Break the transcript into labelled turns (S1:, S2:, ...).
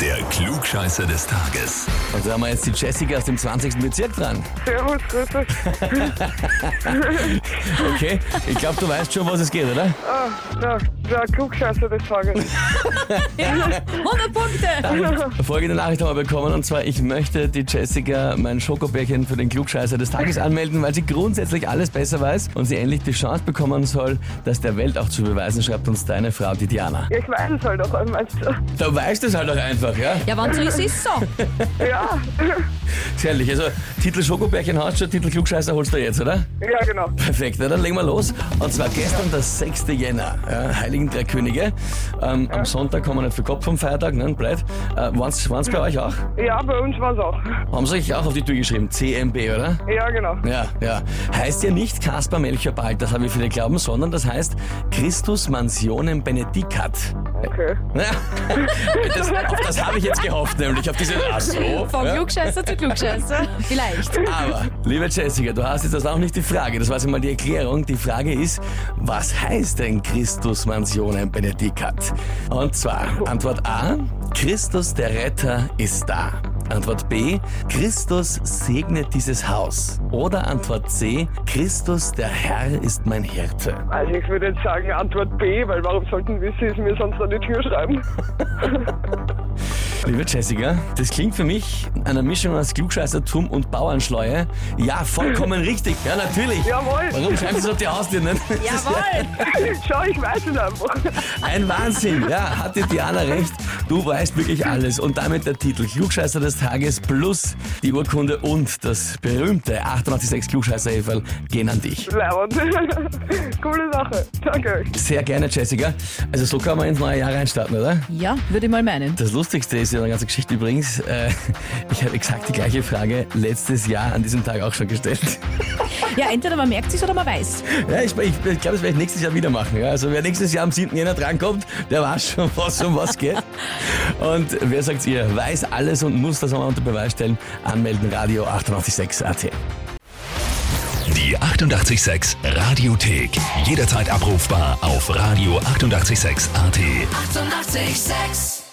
S1: Der Klugscheißer des Tages.
S2: Und da Also haben wir jetzt die Jessica aus dem 20. Bezirk dran.
S3: Servus, grüß euch.
S2: Okay, ich glaube, du weißt schon, was es geht, oder?
S3: Ah, na, der Klugscheißer des Tages.
S4: Ja, 100 Punkte.
S2: Folgende Nachricht haben wir bekommen und zwar, ich möchte die Jessica mein Schokobärchen für den Klugscheißer des Tages anmelden, weil sie grundsätzlich alles besser weiß und sie endlich die Chance bekommen soll, das der Welt auch zu beweisen, schreibt uns deine Frau, die Diana.
S3: Ja, ich weiß es halt auch einmal.
S2: Da weißt du es halt auch einfach, ja?
S4: Ja, wenn so ist, ist so.
S3: Ja,
S2: Sehr ehrlich, also Titel Schokobärchen hast du, Titel Klugscheißer holst du jetzt, oder?
S3: ja, genau.
S2: Perfekt, na, dann legen wir los. Und zwar gestern der 6. Jänner, ja, Heiligen Drei Könige. Ähm, Am Sonntag haben wir nicht viel Kopf vom Feiertag, ne? Blöd. Äh, waren's, waren's bei euch auch?
S3: Ja, bei uns war es auch.
S2: Haben sie euch auch auf die Tür geschrieben? CMB, oder?
S3: Ja, genau.
S2: Ja, ja. Heißt ja nicht Kaspar Melchior Balg, das habe ich viele glauben, sondern das heißt Christus Mansionem Benedicat.
S3: Okay.
S2: Ja, das, auf das habe ich jetzt gehofft, nämlich auf diese. Ach so.
S4: Vom
S2: ja.
S4: Klugscheißer zu Klugscheißer. Vielleicht.
S2: Aber, liebe Jessica, du hast jetzt das auch nicht die Frage, das war jetzt mal die Erklärung. Die Frage ist, was heißt denn Christus Mansionem Benedicat? Und zwar, Antwort A, Christus der Retter ist da. Antwort B, Christus segnet dieses Haus. Oder Antwort C, Christus der Herr ist mein Hirte.
S3: Also ich würde jetzt sagen Antwort B, weil warum sollten wir sie es mir sonst an die Tür schreiben?
S2: Liebe Jessica, das klingt für mich einer Mischung aus Klugscheißertum und Bauernschleue. Ja, vollkommen richtig. Ja, natürlich.
S3: Jawohl.
S2: Warum schreibst du es auf die Haustür? Ne?
S4: Jawohl.
S3: Schau, ich weiß es einfach.
S2: Ein Wahnsinn. Ja, hatte Diana recht. Du weißt wirklich alles. Und damit der Titel Klugscheißer des Tages plus die Urkunde und das berühmte 886 klugscheißer -Häferl gehen an dich.
S3: Leibend. Coole Sache. Danke euch.
S2: Sehr gerne, Jessica. Also so kann man ins neue Jahr reinstarten, oder?
S4: Ja, würde ich mal meinen.
S2: Das Lustigste ist in der ganzen Geschichte übrigens, äh, ich habe exakt die gleiche Frage letztes Jahr an diesem Tag auch schon gestellt.
S4: Ja, entweder man merkt sich oder man weiß.
S2: Ja, ich, ich, ich glaube, das werde ich nächstes Jahr wieder machen. Ja. Also wer nächstes Jahr am 7. Jänner drankommt, der weiß schon, was um was geht. Und wer sagt ihr, weiß alles und muss das einmal unter Beweis stellen, anmelden Radio 886 AT.
S1: Die 88,6 Radiothek. Jederzeit abrufbar auf radio886.at. 88,6.
S4: 886